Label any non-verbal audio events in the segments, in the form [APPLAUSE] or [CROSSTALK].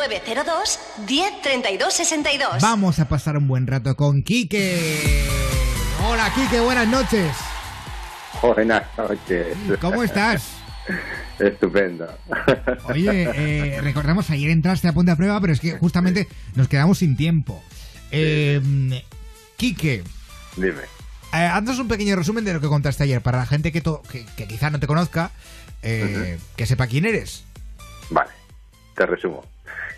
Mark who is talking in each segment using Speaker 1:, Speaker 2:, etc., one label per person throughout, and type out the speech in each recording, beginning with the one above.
Speaker 1: 902 1032 62.
Speaker 2: Vamos a pasar un buen rato con Quique. Hola Quique, buenas noches.
Speaker 3: Buenas noches.
Speaker 2: ¿Cómo estás?
Speaker 3: Estupendo. [LAUGHS]
Speaker 2: Oye, eh, recordamos, ayer entraste a Ponte a Prueba, pero es que justamente nos quedamos sin tiempo. Eh, Quique,
Speaker 3: Dime.
Speaker 2: eh, haznos un pequeño resumen de lo que contaste ayer para la gente que, to- que, que quizá no te conozca, eh, que sepa quién eres.
Speaker 3: Vale, te resumo.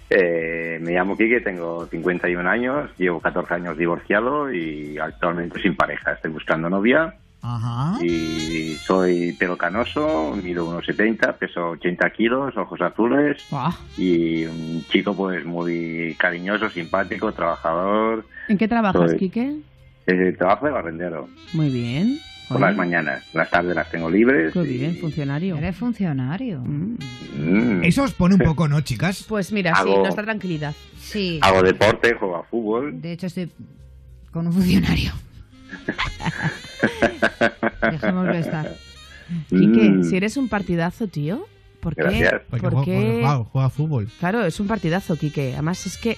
Speaker 3: Eh, me llamo Quique, tengo 51 años, llevo 14 años divorciado y actualmente sin pareja. Estoy buscando novia
Speaker 2: Ajá.
Speaker 3: y soy pelo canoso, mido unos 70, peso 80 kilos, ojos azules
Speaker 4: Buah.
Speaker 3: y un chico pues muy cariñoso, simpático, trabajador.
Speaker 4: ¿En qué trabajas,
Speaker 3: Soy-
Speaker 4: Quique?
Speaker 3: Eh, trabajo de barrendero
Speaker 4: Muy bien.
Speaker 3: por
Speaker 4: Joder,
Speaker 3: las mañanas, las tardes las tengo libres.
Speaker 4: Qué bien, pues.
Speaker 3: y-
Speaker 4: funcionario.
Speaker 5: Eres funcionario.
Speaker 4: Mm.
Speaker 3: Mm.
Speaker 2: Eso os pone un poco, ¿no, chicas?
Speaker 4: Pues mira, sí,
Speaker 3: Hago-
Speaker 4: nos da tranquilidad.
Speaker 5: Sí.
Speaker 3: Hago deporte, juego a fútbol.
Speaker 5: De hecho, estoy con
Speaker 3: [LAUGHS]
Speaker 5: un funcionario.
Speaker 3: [LAUGHS]
Speaker 5: Dejémoslo estar.
Speaker 4: Quique,
Speaker 3: Mm.
Speaker 4: si eres un partidazo, tío, ¿por qué?
Speaker 3: Gracias.
Speaker 4: ¿Por
Speaker 2: juega,
Speaker 4: qué?
Speaker 2: juega- juega a fútbol.
Speaker 4: Claro, es un partidazo, Quique. Además, es que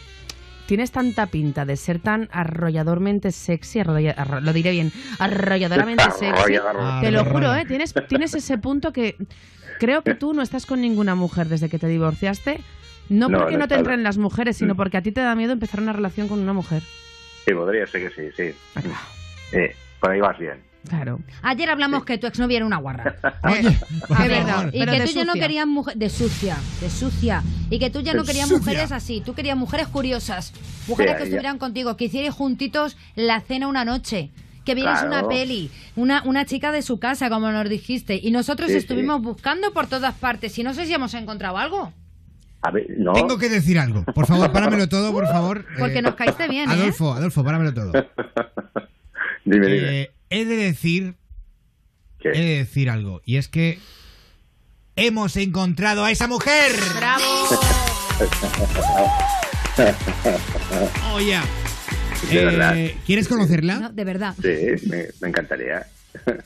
Speaker 4: tienes tanta pinta de ser tan arrolladormente sexy, arrolla- arro- lo diré bien, arrolladoramente sexy.
Speaker 3: Arrollador.
Speaker 4: Te lo juro,
Speaker 2: Arrolla.
Speaker 4: ¿eh? Tienes, tienes ese punto que creo que tú no estás con ninguna mujer desde que te divorciaste. No
Speaker 3: No,
Speaker 4: porque
Speaker 3: no
Speaker 4: no, te
Speaker 3: estaba.
Speaker 4: entren las mujeres, sino
Speaker 3: Mm.
Speaker 4: porque a ti te da miedo empezar una relación con una mujer.
Speaker 3: Sí, podría ser que sí, sí.
Speaker 4: Acá.
Speaker 3: Sí, por ahí vas bien.
Speaker 4: Claro.
Speaker 5: Ayer hablamos que tu exnovia era una
Speaker 3: [LAUGHS]
Speaker 5: guarra.
Speaker 2: Oye, por
Speaker 4: a
Speaker 5: Es
Speaker 4: ver,
Speaker 2: favor.
Speaker 5: verdad. Y
Speaker 4: Pero
Speaker 5: que
Speaker 4: de
Speaker 5: tú ya no
Speaker 4: sucia.
Speaker 5: querías mujeres. De sucia, de sucia. Y que tú ya no
Speaker 3: De
Speaker 5: querías
Speaker 2: sucia.
Speaker 5: mujeres así. Tú querías mujeres curiosas. Mujeres
Speaker 3: Ya,
Speaker 5: que
Speaker 3: ya.
Speaker 5: estuvieran contigo. Que hicierais juntitos la cena una noche. Que vieras
Speaker 3: Claro.
Speaker 5: una peli. Una, una chica de su casa, como nos dijiste. Y nosotros
Speaker 3: Sí, sí.
Speaker 5: estuvimos buscando por todas partes. Y no sé si hemos encontrado algo.
Speaker 3: A ver, no.
Speaker 2: Tengo que decir algo. Por favor, páramelo todo, por favor.
Speaker 5: Porque
Speaker 2: Eh,
Speaker 5: nos caíste bien, ¿eh?
Speaker 2: Adolfo, Adolfo, páramelo todo.
Speaker 3: Dime, dime.
Speaker 2: Eh, he de decir,
Speaker 3: ¿Qué?
Speaker 2: he de decir algo, y es que hemos encontrado a esa mujer.
Speaker 4: ¡Bravo!
Speaker 2: Oh, yeah. Eh,
Speaker 3: De verdad.
Speaker 4: eh,
Speaker 2: ¿Quieres conocerla?
Speaker 5: No, de verdad.
Speaker 3: Sí, me, me encantaría.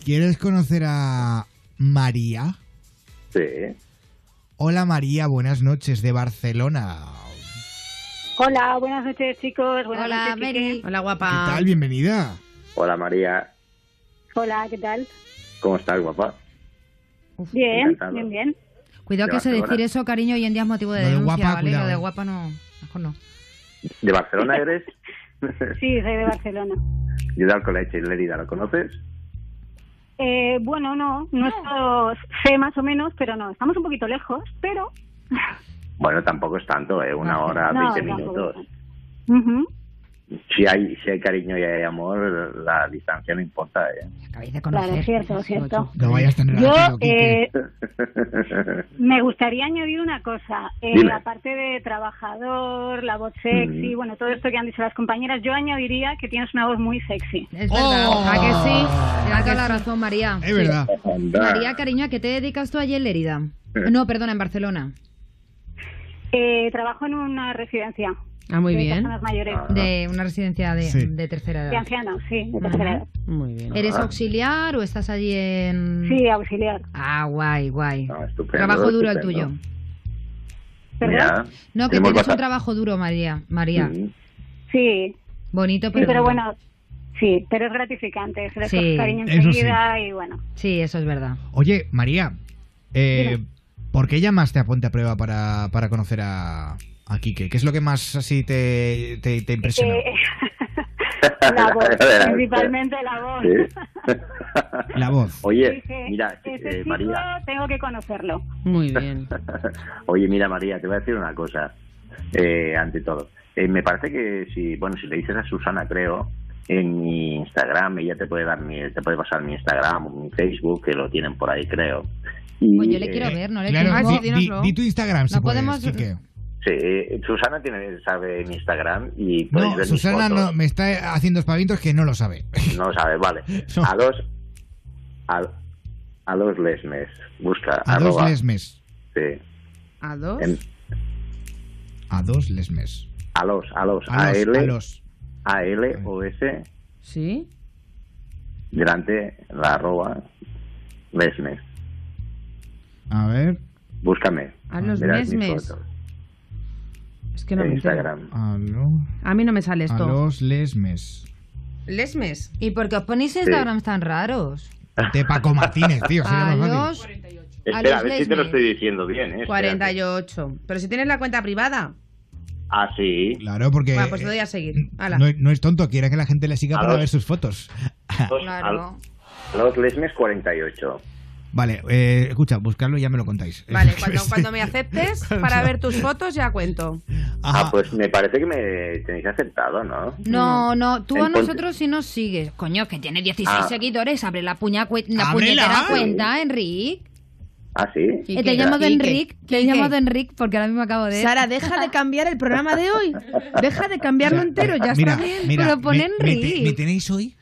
Speaker 2: ¿Quieres conocer a María?
Speaker 3: Sí.
Speaker 2: Hola María, buenas noches de Barcelona.
Speaker 6: Hola, buenas noches chicos. Buenas
Speaker 5: Hola,
Speaker 6: noches, Quique.
Speaker 5: Mary.
Speaker 4: Hola,
Speaker 2: ¿Qué
Speaker 4: guapa.
Speaker 2: tal? Bienvenida.
Speaker 3: Hola, María.
Speaker 6: Hola, ¿qué tal?
Speaker 3: ¿Cómo estás, guapa?
Speaker 6: Bien,
Speaker 3: encantado.
Speaker 6: bien, bien.
Speaker 5: Cuidado
Speaker 3: De
Speaker 5: que eso de decir
Speaker 3: Barcelona.
Speaker 5: eso, cariño, hoy en día es motivo de
Speaker 2: Lo de
Speaker 5: denuncia,
Speaker 2: guapa,
Speaker 5: ¿vale?
Speaker 2: cuidado,
Speaker 5: Lo de
Speaker 2: eh.
Speaker 5: guapa no. Mejor no.
Speaker 3: ¿De Barcelona eres?
Speaker 6: Sí, soy de Barcelona.
Speaker 3: Yo de Alcoleche y Lérida, ¿lo conoces?
Speaker 6: Eh, bueno, no, no, esto- sé más o menos, pero no, estamos un poquito lejos, pero...
Speaker 3: Bueno, tampoco es tanto, ¿eh? Una hora,
Speaker 6: no,
Speaker 3: 20
Speaker 6: tampoco
Speaker 3: minutos.
Speaker 6: tanto. Ujú.
Speaker 3: Si hay, si hay cariño y hay amor, la distancia no importa, ¿eh?
Speaker 5: Acabéis de conocer.
Speaker 6: Claro, cierto, cierto.
Speaker 2: No vayas tan
Speaker 6: Yo
Speaker 2: rápido, Quique.
Speaker 6: eh,
Speaker 3: [LAUGHS]
Speaker 6: me gustaría añadir una cosa. Eh,
Speaker 3: Dime.
Speaker 6: la parte de trabajador, la voz sexy,
Speaker 3: Mm.
Speaker 6: bueno, todo esto que han dicho las compañeras, yo añadiría que tienes una voz muy sexy.
Speaker 5: Es verdad.
Speaker 2: Oh.
Speaker 5: ¿A que sí?
Speaker 2: Ah.
Speaker 5: Tienes toda la razón, María.
Speaker 2: Es verdad.
Speaker 3: Anda.
Speaker 5: María, cariño, ¿a qué te dedicas tú allí en Lérida? No, perdona, en Barcelona.
Speaker 6: Eh, trabajo en una residencia
Speaker 4: Ah, muy
Speaker 6: de
Speaker 4: bien.
Speaker 6: personas mayores,
Speaker 3: Ah.
Speaker 5: De una residencia de,
Speaker 2: Sí.
Speaker 5: de tercera
Speaker 6: de
Speaker 5: edad.
Speaker 6: ancianos, sí, de tercera edad.
Speaker 4: Muy bien.
Speaker 5: ¿Eres
Speaker 3: Ah.
Speaker 5: auxiliar o estás allí en...?
Speaker 6: Sí, auxiliar.
Speaker 5: Ah, guay, guay.
Speaker 3: Ah, estupendo,
Speaker 5: trabajo duro el
Speaker 3: estupendo.
Speaker 5: tuyo.
Speaker 6: ¿Perdón?
Speaker 3: Mira,
Speaker 5: No, que
Speaker 3: tenemos
Speaker 5: tienes un
Speaker 3: bastante-
Speaker 5: trabajo duro, María. María,
Speaker 3: Mm.
Speaker 6: Sí,
Speaker 5: bonito,
Speaker 6: sí,
Speaker 5: pero...
Speaker 6: pero
Speaker 5: duro.
Speaker 6: bueno, sí, pero es gratificante, se les
Speaker 5: Sí,
Speaker 6: coge cariño
Speaker 2: eso sí.
Speaker 6: enseguida
Speaker 3: [LAUGHS]
Speaker 6: y bueno.
Speaker 5: Sí, eso es verdad.
Speaker 2: Oye, María, eh, ¿por qué llamaste a Ponte a Prueba para, para conocer a, a Quique? ¿Qué es lo que más así te, te, te impresionó?
Speaker 6: Eh, la voz, principalmente la voz.
Speaker 3: Sí.
Speaker 5: eh.
Speaker 2: La voz.
Speaker 3: Oye,
Speaker 6: Dije,
Speaker 3: mira,
Speaker 6: este
Speaker 3: eh,
Speaker 6: chico
Speaker 3: María,
Speaker 6: tengo que conocerlo.
Speaker 4: Muy bien.
Speaker 3: oye, mira, María, te voy a decir una cosa, eh, ante todo. Eh, me parece que si, bueno, si le dices a Susana, creo, en mi Instagram, ella te puede dar mi, te puede pasar mi Instagram o mi Facebook, que lo tienen por ahí, creo. Y,
Speaker 5: Pues yo le
Speaker 3: eh,
Speaker 5: quiero ver, no le
Speaker 2: claro,
Speaker 5: tengo...
Speaker 4: sí,
Speaker 2: di- di,
Speaker 4: dínoslo.
Speaker 2: di tu Instagram si
Speaker 5: No
Speaker 2: puedes,
Speaker 5: podemos-
Speaker 2: Quique.
Speaker 3: Sí, eh, Susana tiene, sabe mi Instagram y podéis
Speaker 2: No,
Speaker 3: ver mis
Speaker 2: Susana
Speaker 3: fotos.
Speaker 2: no, me está haciendo espavientos que no lo sabe.
Speaker 3: No lo sabes, vale.
Speaker 2: [LAUGHS] No.
Speaker 3: A dos. A, a dos lesmes. Busca.
Speaker 2: A dos
Speaker 3: arroba.
Speaker 2: lesmes.
Speaker 3: Sí.
Speaker 4: ¿A dos?
Speaker 3: En-
Speaker 2: A dos lesmes.
Speaker 3: a los, a los.
Speaker 2: A
Speaker 3: A,
Speaker 2: los,
Speaker 3: L.
Speaker 2: a los.
Speaker 3: A L O S.
Speaker 4: ¿Sí?
Speaker 3: Delante la arroba. Lesmes.
Speaker 2: A ver.
Speaker 3: Búscame.
Speaker 4: A los
Speaker 3: Verás mis
Speaker 4: lesmes.
Speaker 3: fotos.
Speaker 4: Es que no
Speaker 3: en
Speaker 4: me entero.
Speaker 3: Instagram.
Speaker 2: A, lo-
Speaker 4: A mí no me sale
Speaker 2: a
Speaker 4: esto.
Speaker 2: los lesmes.
Speaker 4: Lesmes.
Speaker 5: ¿Y por qué os ponéis Instagrams tan raros?
Speaker 2: De Paco Martínez, tío. sería
Speaker 5: A
Speaker 2: más fácil.
Speaker 5: los... A
Speaker 3: Espera,
Speaker 5: los
Speaker 3: a ver si te lo
Speaker 5: lesmes.
Speaker 3: estoy diciendo bien. ¿eh? Espérate.
Speaker 4: 48. Pero si tienes la cuenta privada.
Speaker 3: Ah, sí.
Speaker 2: Claro, porque. eh,
Speaker 4: Bueno, pues le doy a seguir. Ala.
Speaker 2: No, no es tonto, quiere que la gente le siga
Speaker 3: A
Speaker 2: para
Speaker 3: los-
Speaker 2: ver sus fotos.
Speaker 3: Dos-
Speaker 5: Claro.
Speaker 3: a los lesmes 48.
Speaker 2: Vale, eh, escucha, buscarlo y ya me lo contáis.
Speaker 7: Vale, cuando, cuando me aceptes para ver tus fotos ya cuento.
Speaker 2: Ajá.
Speaker 3: Ah, pues me parece que me tenéis aceptado, ¿no?
Speaker 5: No, no, tú a
Speaker 3: Entonces-
Speaker 5: nosotros sí nos sigues. Coño, que tiene 16
Speaker 3: Ah.
Speaker 5: seguidores. Abre la, puña cue-
Speaker 2: ¡Ábrela!
Speaker 5: la puñetera cuenta, Enric.
Speaker 3: Ah, sí.
Speaker 5: Eh, te he llamado
Speaker 4: Quique,
Speaker 5: Enric. Te he
Speaker 4: Quique.
Speaker 5: llamado Enric porque ahora mismo acabo de.
Speaker 4: Sara, deja de cambiar el programa de hoy. Deja de cambiarlo entero, ya
Speaker 2: Ah, mira,
Speaker 4: está bien.
Speaker 2: mira,
Speaker 5: pero pon
Speaker 2: me- me te-
Speaker 5: Enric.
Speaker 2: me tenéis hoy?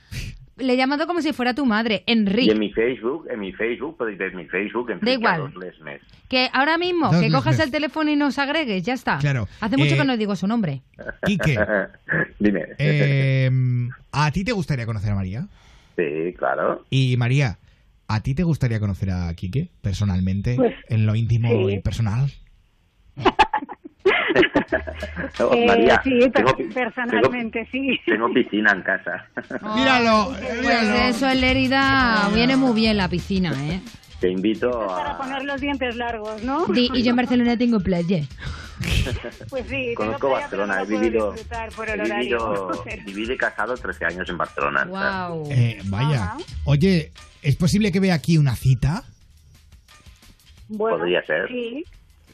Speaker 5: Le he llamado como si fuera tu madre,
Speaker 3: Y en
Speaker 5: Enric.
Speaker 3: mi Facebook, en mi Facebook, podéis ver mi Facebook, en
Speaker 5: Da igual.
Speaker 3: los lesmes.
Speaker 5: Que ahora mismo,
Speaker 2: Dos
Speaker 5: que cojas
Speaker 2: veces.
Speaker 5: el teléfono y nos agregues, ya está.
Speaker 2: Claro.
Speaker 5: Hace mucho
Speaker 2: Eh,
Speaker 5: que no digo su nombre.
Speaker 2: Quique,
Speaker 3: [LAUGHS] Dime.
Speaker 2: eh, ¿a ti te gustaría conocer a María?
Speaker 3: Sí, claro.
Speaker 2: Y María, ¿a ti te gustaría conocer a Quique personalmente?
Speaker 6: Pues,
Speaker 2: en lo íntimo
Speaker 6: sí.
Speaker 2: y personal.
Speaker 3: No,
Speaker 6: Eh,
Speaker 3: Oh, María,
Speaker 6: sí, per-
Speaker 3: tengo pi-
Speaker 6: personalmente, sí.
Speaker 3: tengo- Tengo piscina en casa.
Speaker 2: míralo,
Speaker 5: Ah, Pues eso, el Lerida viene muy bien la piscina, ¿eh?
Speaker 3: Te invito
Speaker 6: [LAUGHS] Para
Speaker 3: a...
Speaker 6: poner los dientes largos, ¿no?
Speaker 5: Di- y yo en Barcelona tengo playa.
Speaker 6: Pues sí,
Speaker 3: Conozco
Speaker 6: tengo playa,
Speaker 3: Barcelona,
Speaker 6: pero no
Speaker 3: he
Speaker 6: la puedo
Speaker 3: vivido,
Speaker 6: disfrutar por el
Speaker 3: he
Speaker 6: horario.
Speaker 3: vivido,
Speaker 6: [LAUGHS]
Speaker 3: viví de casado 13 años en Barcelona.
Speaker 5: Wow.
Speaker 2: Eh, vaya.
Speaker 6: Ajá.
Speaker 2: Oye, ¿es posible que vea aquí una cita?
Speaker 6: Bueno,
Speaker 3: Podría ser.
Speaker 6: Sí.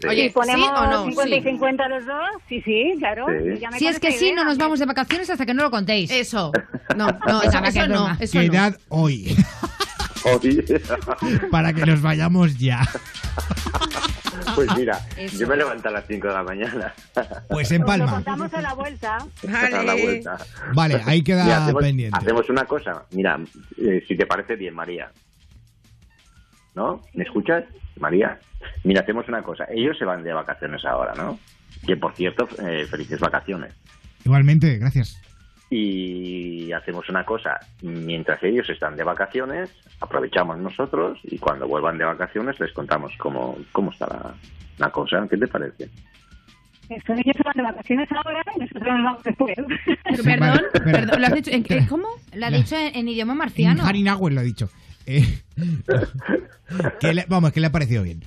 Speaker 3: Sí.
Speaker 7: Oye,
Speaker 6: Si ponemos
Speaker 7: ¿sí o no?
Speaker 6: 50 y
Speaker 7: Sí.
Speaker 6: 50 los dos, sí, sí, claro.
Speaker 3: Sí.
Speaker 6: y ya me ¿eh?
Speaker 5: Si es
Speaker 6: pones
Speaker 5: que
Speaker 6: la
Speaker 5: sí,
Speaker 6: idea.
Speaker 5: no nos vamos de vacaciones hasta que no lo contéis.
Speaker 7: Eso. No, no,
Speaker 5: Venga,
Speaker 7: eso,
Speaker 5: va, que
Speaker 7: eso
Speaker 5: es
Speaker 7: no.
Speaker 5: broma.
Speaker 7: Eso no.
Speaker 2: Quedad hoy [LAUGHS]
Speaker 3: Oye, [LAUGHS]
Speaker 2: para que nos vayamos ya.
Speaker 5: [LAUGHS]
Speaker 3: pues mira,
Speaker 5: Eso.
Speaker 3: yo me levanto a las 5 de la mañana. [LAUGHS]
Speaker 2: Pues en
Speaker 6: Os Lo
Speaker 2: Palma.
Speaker 6: contamos a la vuelta.
Speaker 3: A dar la vuelta.
Speaker 2: Vale, ahí queda
Speaker 3: Mira, hacemos,
Speaker 2: pendiente.
Speaker 3: Hacemos una cosa. Mira, eh, si te parece bien, María. ¿No? ¿Me escuchas, María? Mira, hacemos una cosa. Ellos se van de vacaciones ahora, ¿no? Que por cierto, eh, felices vacaciones.
Speaker 2: Igualmente, gracias.
Speaker 3: Y hacemos una cosa. Mientras ellos están de vacaciones, aprovechamos nosotros y cuando vuelvan de vacaciones les contamos cómo, cómo está la, la cosa. ¿Qué te parece?
Speaker 6: Eso, ellos se van de vacaciones ahora y nosotros nos vamos después.
Speaker 4: Pero Perdón,
Speaker 2: Vale, espera.
Speaker 4: perdón, ¿lo has dicho? ¿En- en- ¿Cómo?
Speaker 5: Lo ha dicho en, en idioma marciano.
Speaker 2: Harry Nahuel lo ha dicho. Eh, que le- vamos, que le ha parecido bien.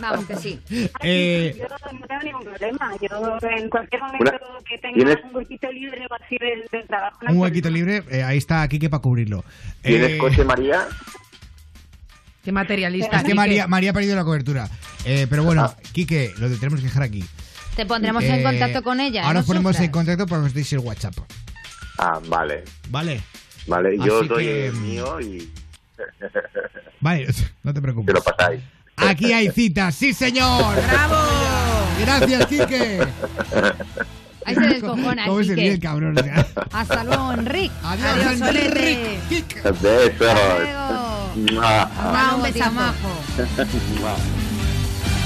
Speaker 5: Vamos, que sí.
Speaker 2: [LAUGHS] Eh,
Speaker 6: Yo no tengo ningún problema. Yo en cualquier momento
Speaker 3: Una-
Speaker 6: que tenga
Speaker 3: ¿Tienes-
Speaker 6: un huequito libre o así del, del trabajo. no
Speaker 2: un
Speaker 6: hay
Speaker 2: huequito
Speaker 6: problema.
Speaker 2: libre, eh, ahí está Quique para cubrirlo.
Speaker 3: ¿Tienes
Speaker 2: Eh,
Speaker 3: coche, María?
Speaker 4: Qué
Speaker 2: [LAUGHS]
Speaker 4: materialista.
Speaker 2: Es que
Speaker 4: Quique.
Speaker 2: María, María ha perdido la cobertura. Eh, pero bueno, Quique, lo tenemos que dejar aquí.
Speaker 5: Te pondremos en
Speaker 2: Eh,
Speaker 5: contacto con ella.
Speaker 2: Ahora
Speaker 5: no
Speaker 2: os ponemos
Speaker 5: sufras.
Speaker 2: en contacto para que os deis el WhatsApp.
Speaker 3: Ah, vale.
Speaker 2: Vale,
Speaker 3: Vale, yo
Speaker 2: Así
Speaker 3: os doy
Speaker 2: que-
Speaker 3: el mío y
Speaker 2: vale, [LAUGHS] no te preocupes.
Speaker 3: te lo pasáis.
Speaker 2: Aquí hay citas, sí señor.
Speaker 4: ¡Bravo!
Speaker 2: Gracias, Quique.
Speaker 3: [LAUGHS]
Speaker 5: Ahí se
Speaker 2: [LAUGHS]
Speaker 5: descojona,
Speaker 2: ¿Cómo se
Speaker 5: Quique.
Speaker 2: ríe el cabrón? O sea, [LAUGHS]
Speaker 5: Hasta luego, Enric.
Speaker 2: Adiós,
Speaker 4: Adiós,
Speaker 2: Enrique.
Speaker 4: Solete.
Speaker 3: Besos.
Speaker 5: Hasta luego.
Speaker 3: Mua.
Speaker 5: Mua,
Speaker 3: Ah.
Speaker 4: un
Speaker 5: tío
Speaker 4: besazo.
Speaker 5: majo.
Speaker 3: Mua.